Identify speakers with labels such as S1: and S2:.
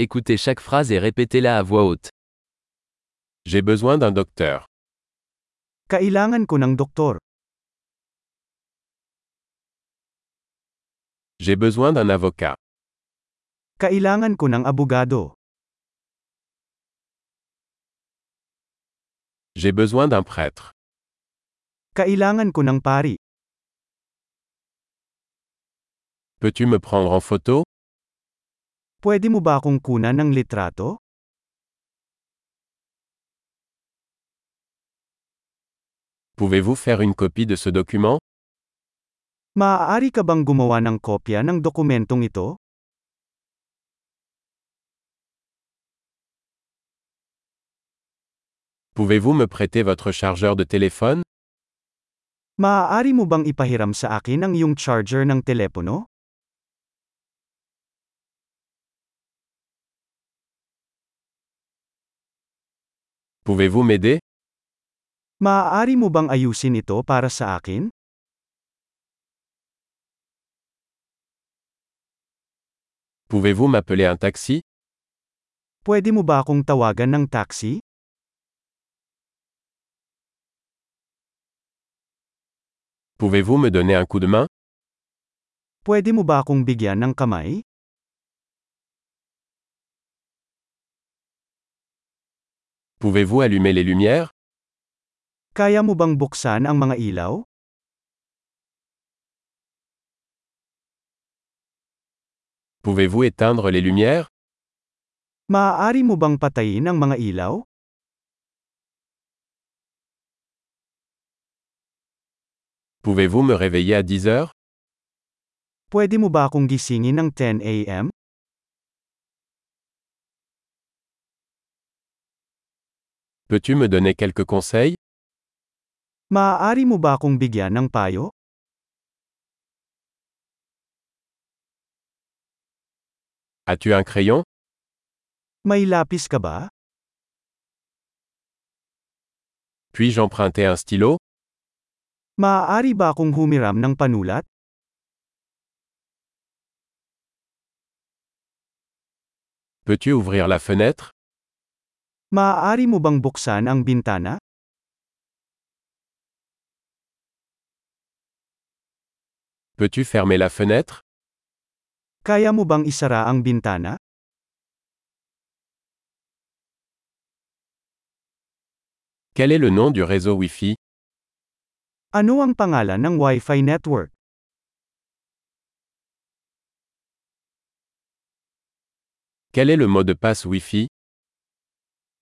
S1: Écoutez chaque phrase et répétez-la à voix haute.
S2: J'ai besoin d'un docteur.
S3: Kailangan ko ng doktor.
S2: J'ai besoin d'un avocat.
S3: Kailangan ko ng abogado.
S2: J'ai besoin d'un prêtre.
S3: Kailangan ko ng pari.
S2: Peux-tu me prendre en photo
S3: Pwede mo ba akong kunan ng litrato?
S2: Pouvez-vous faire une copie de ce document
S3: Maaari ka bang gumawa ng kopya ng dokumentong ito?
S2: Pouvez-vous me prêter votre chargeur de téléphone
S3: Maaari mo bang ipahiram sa akin ang iyong charger ng telepono?
S2: Pouvez-vous m'aider
S3: Maaari mo bang ayusin ito para sa akin?
S2: Pouvez-vous m'appeler un taxi
S3: Pwede mo ba akong tawagan ng taxi?
S2: Pouvez-vous me donner un coup de main
S3: Pwede mo ba akong bigyan ng kamay?
S2: Pouvez-vous allumer les lumières
S3: Kaya mo bang buksan ang mga ilaw?
S2: Pouvez-vous éteindre les lumières
S3: Maaari mo bang patayin ang mga ilaw?
S2: Pouvez-vous me réveiller à 10 heures
S3: Pwede mo ba akong gisingin ng 10 a.m.?
S2: Peux-tu me donner quelques conseils
S3: Maaari mo ba akong bigyan ng payo?
S2: As-tu un crayon
S3: May lapis ka ba?
S2: Puis-je emprunter un stylo
S3: Maaari ba akong humiram ng panulat?
S2: Peux-tu ouvrir la fenêtre
S3: Maaari mo bang buksan ang bintana?
S2: Peux-tu fermer la fenêtre
S3: Kaya mo bang isara ang bintana?
S2: Quel est le nom du réseau Wi-Fi
S3: Ano ang pangalan ng Wi-Fi network?
S2: Quel est le mot de passe Wi-Fi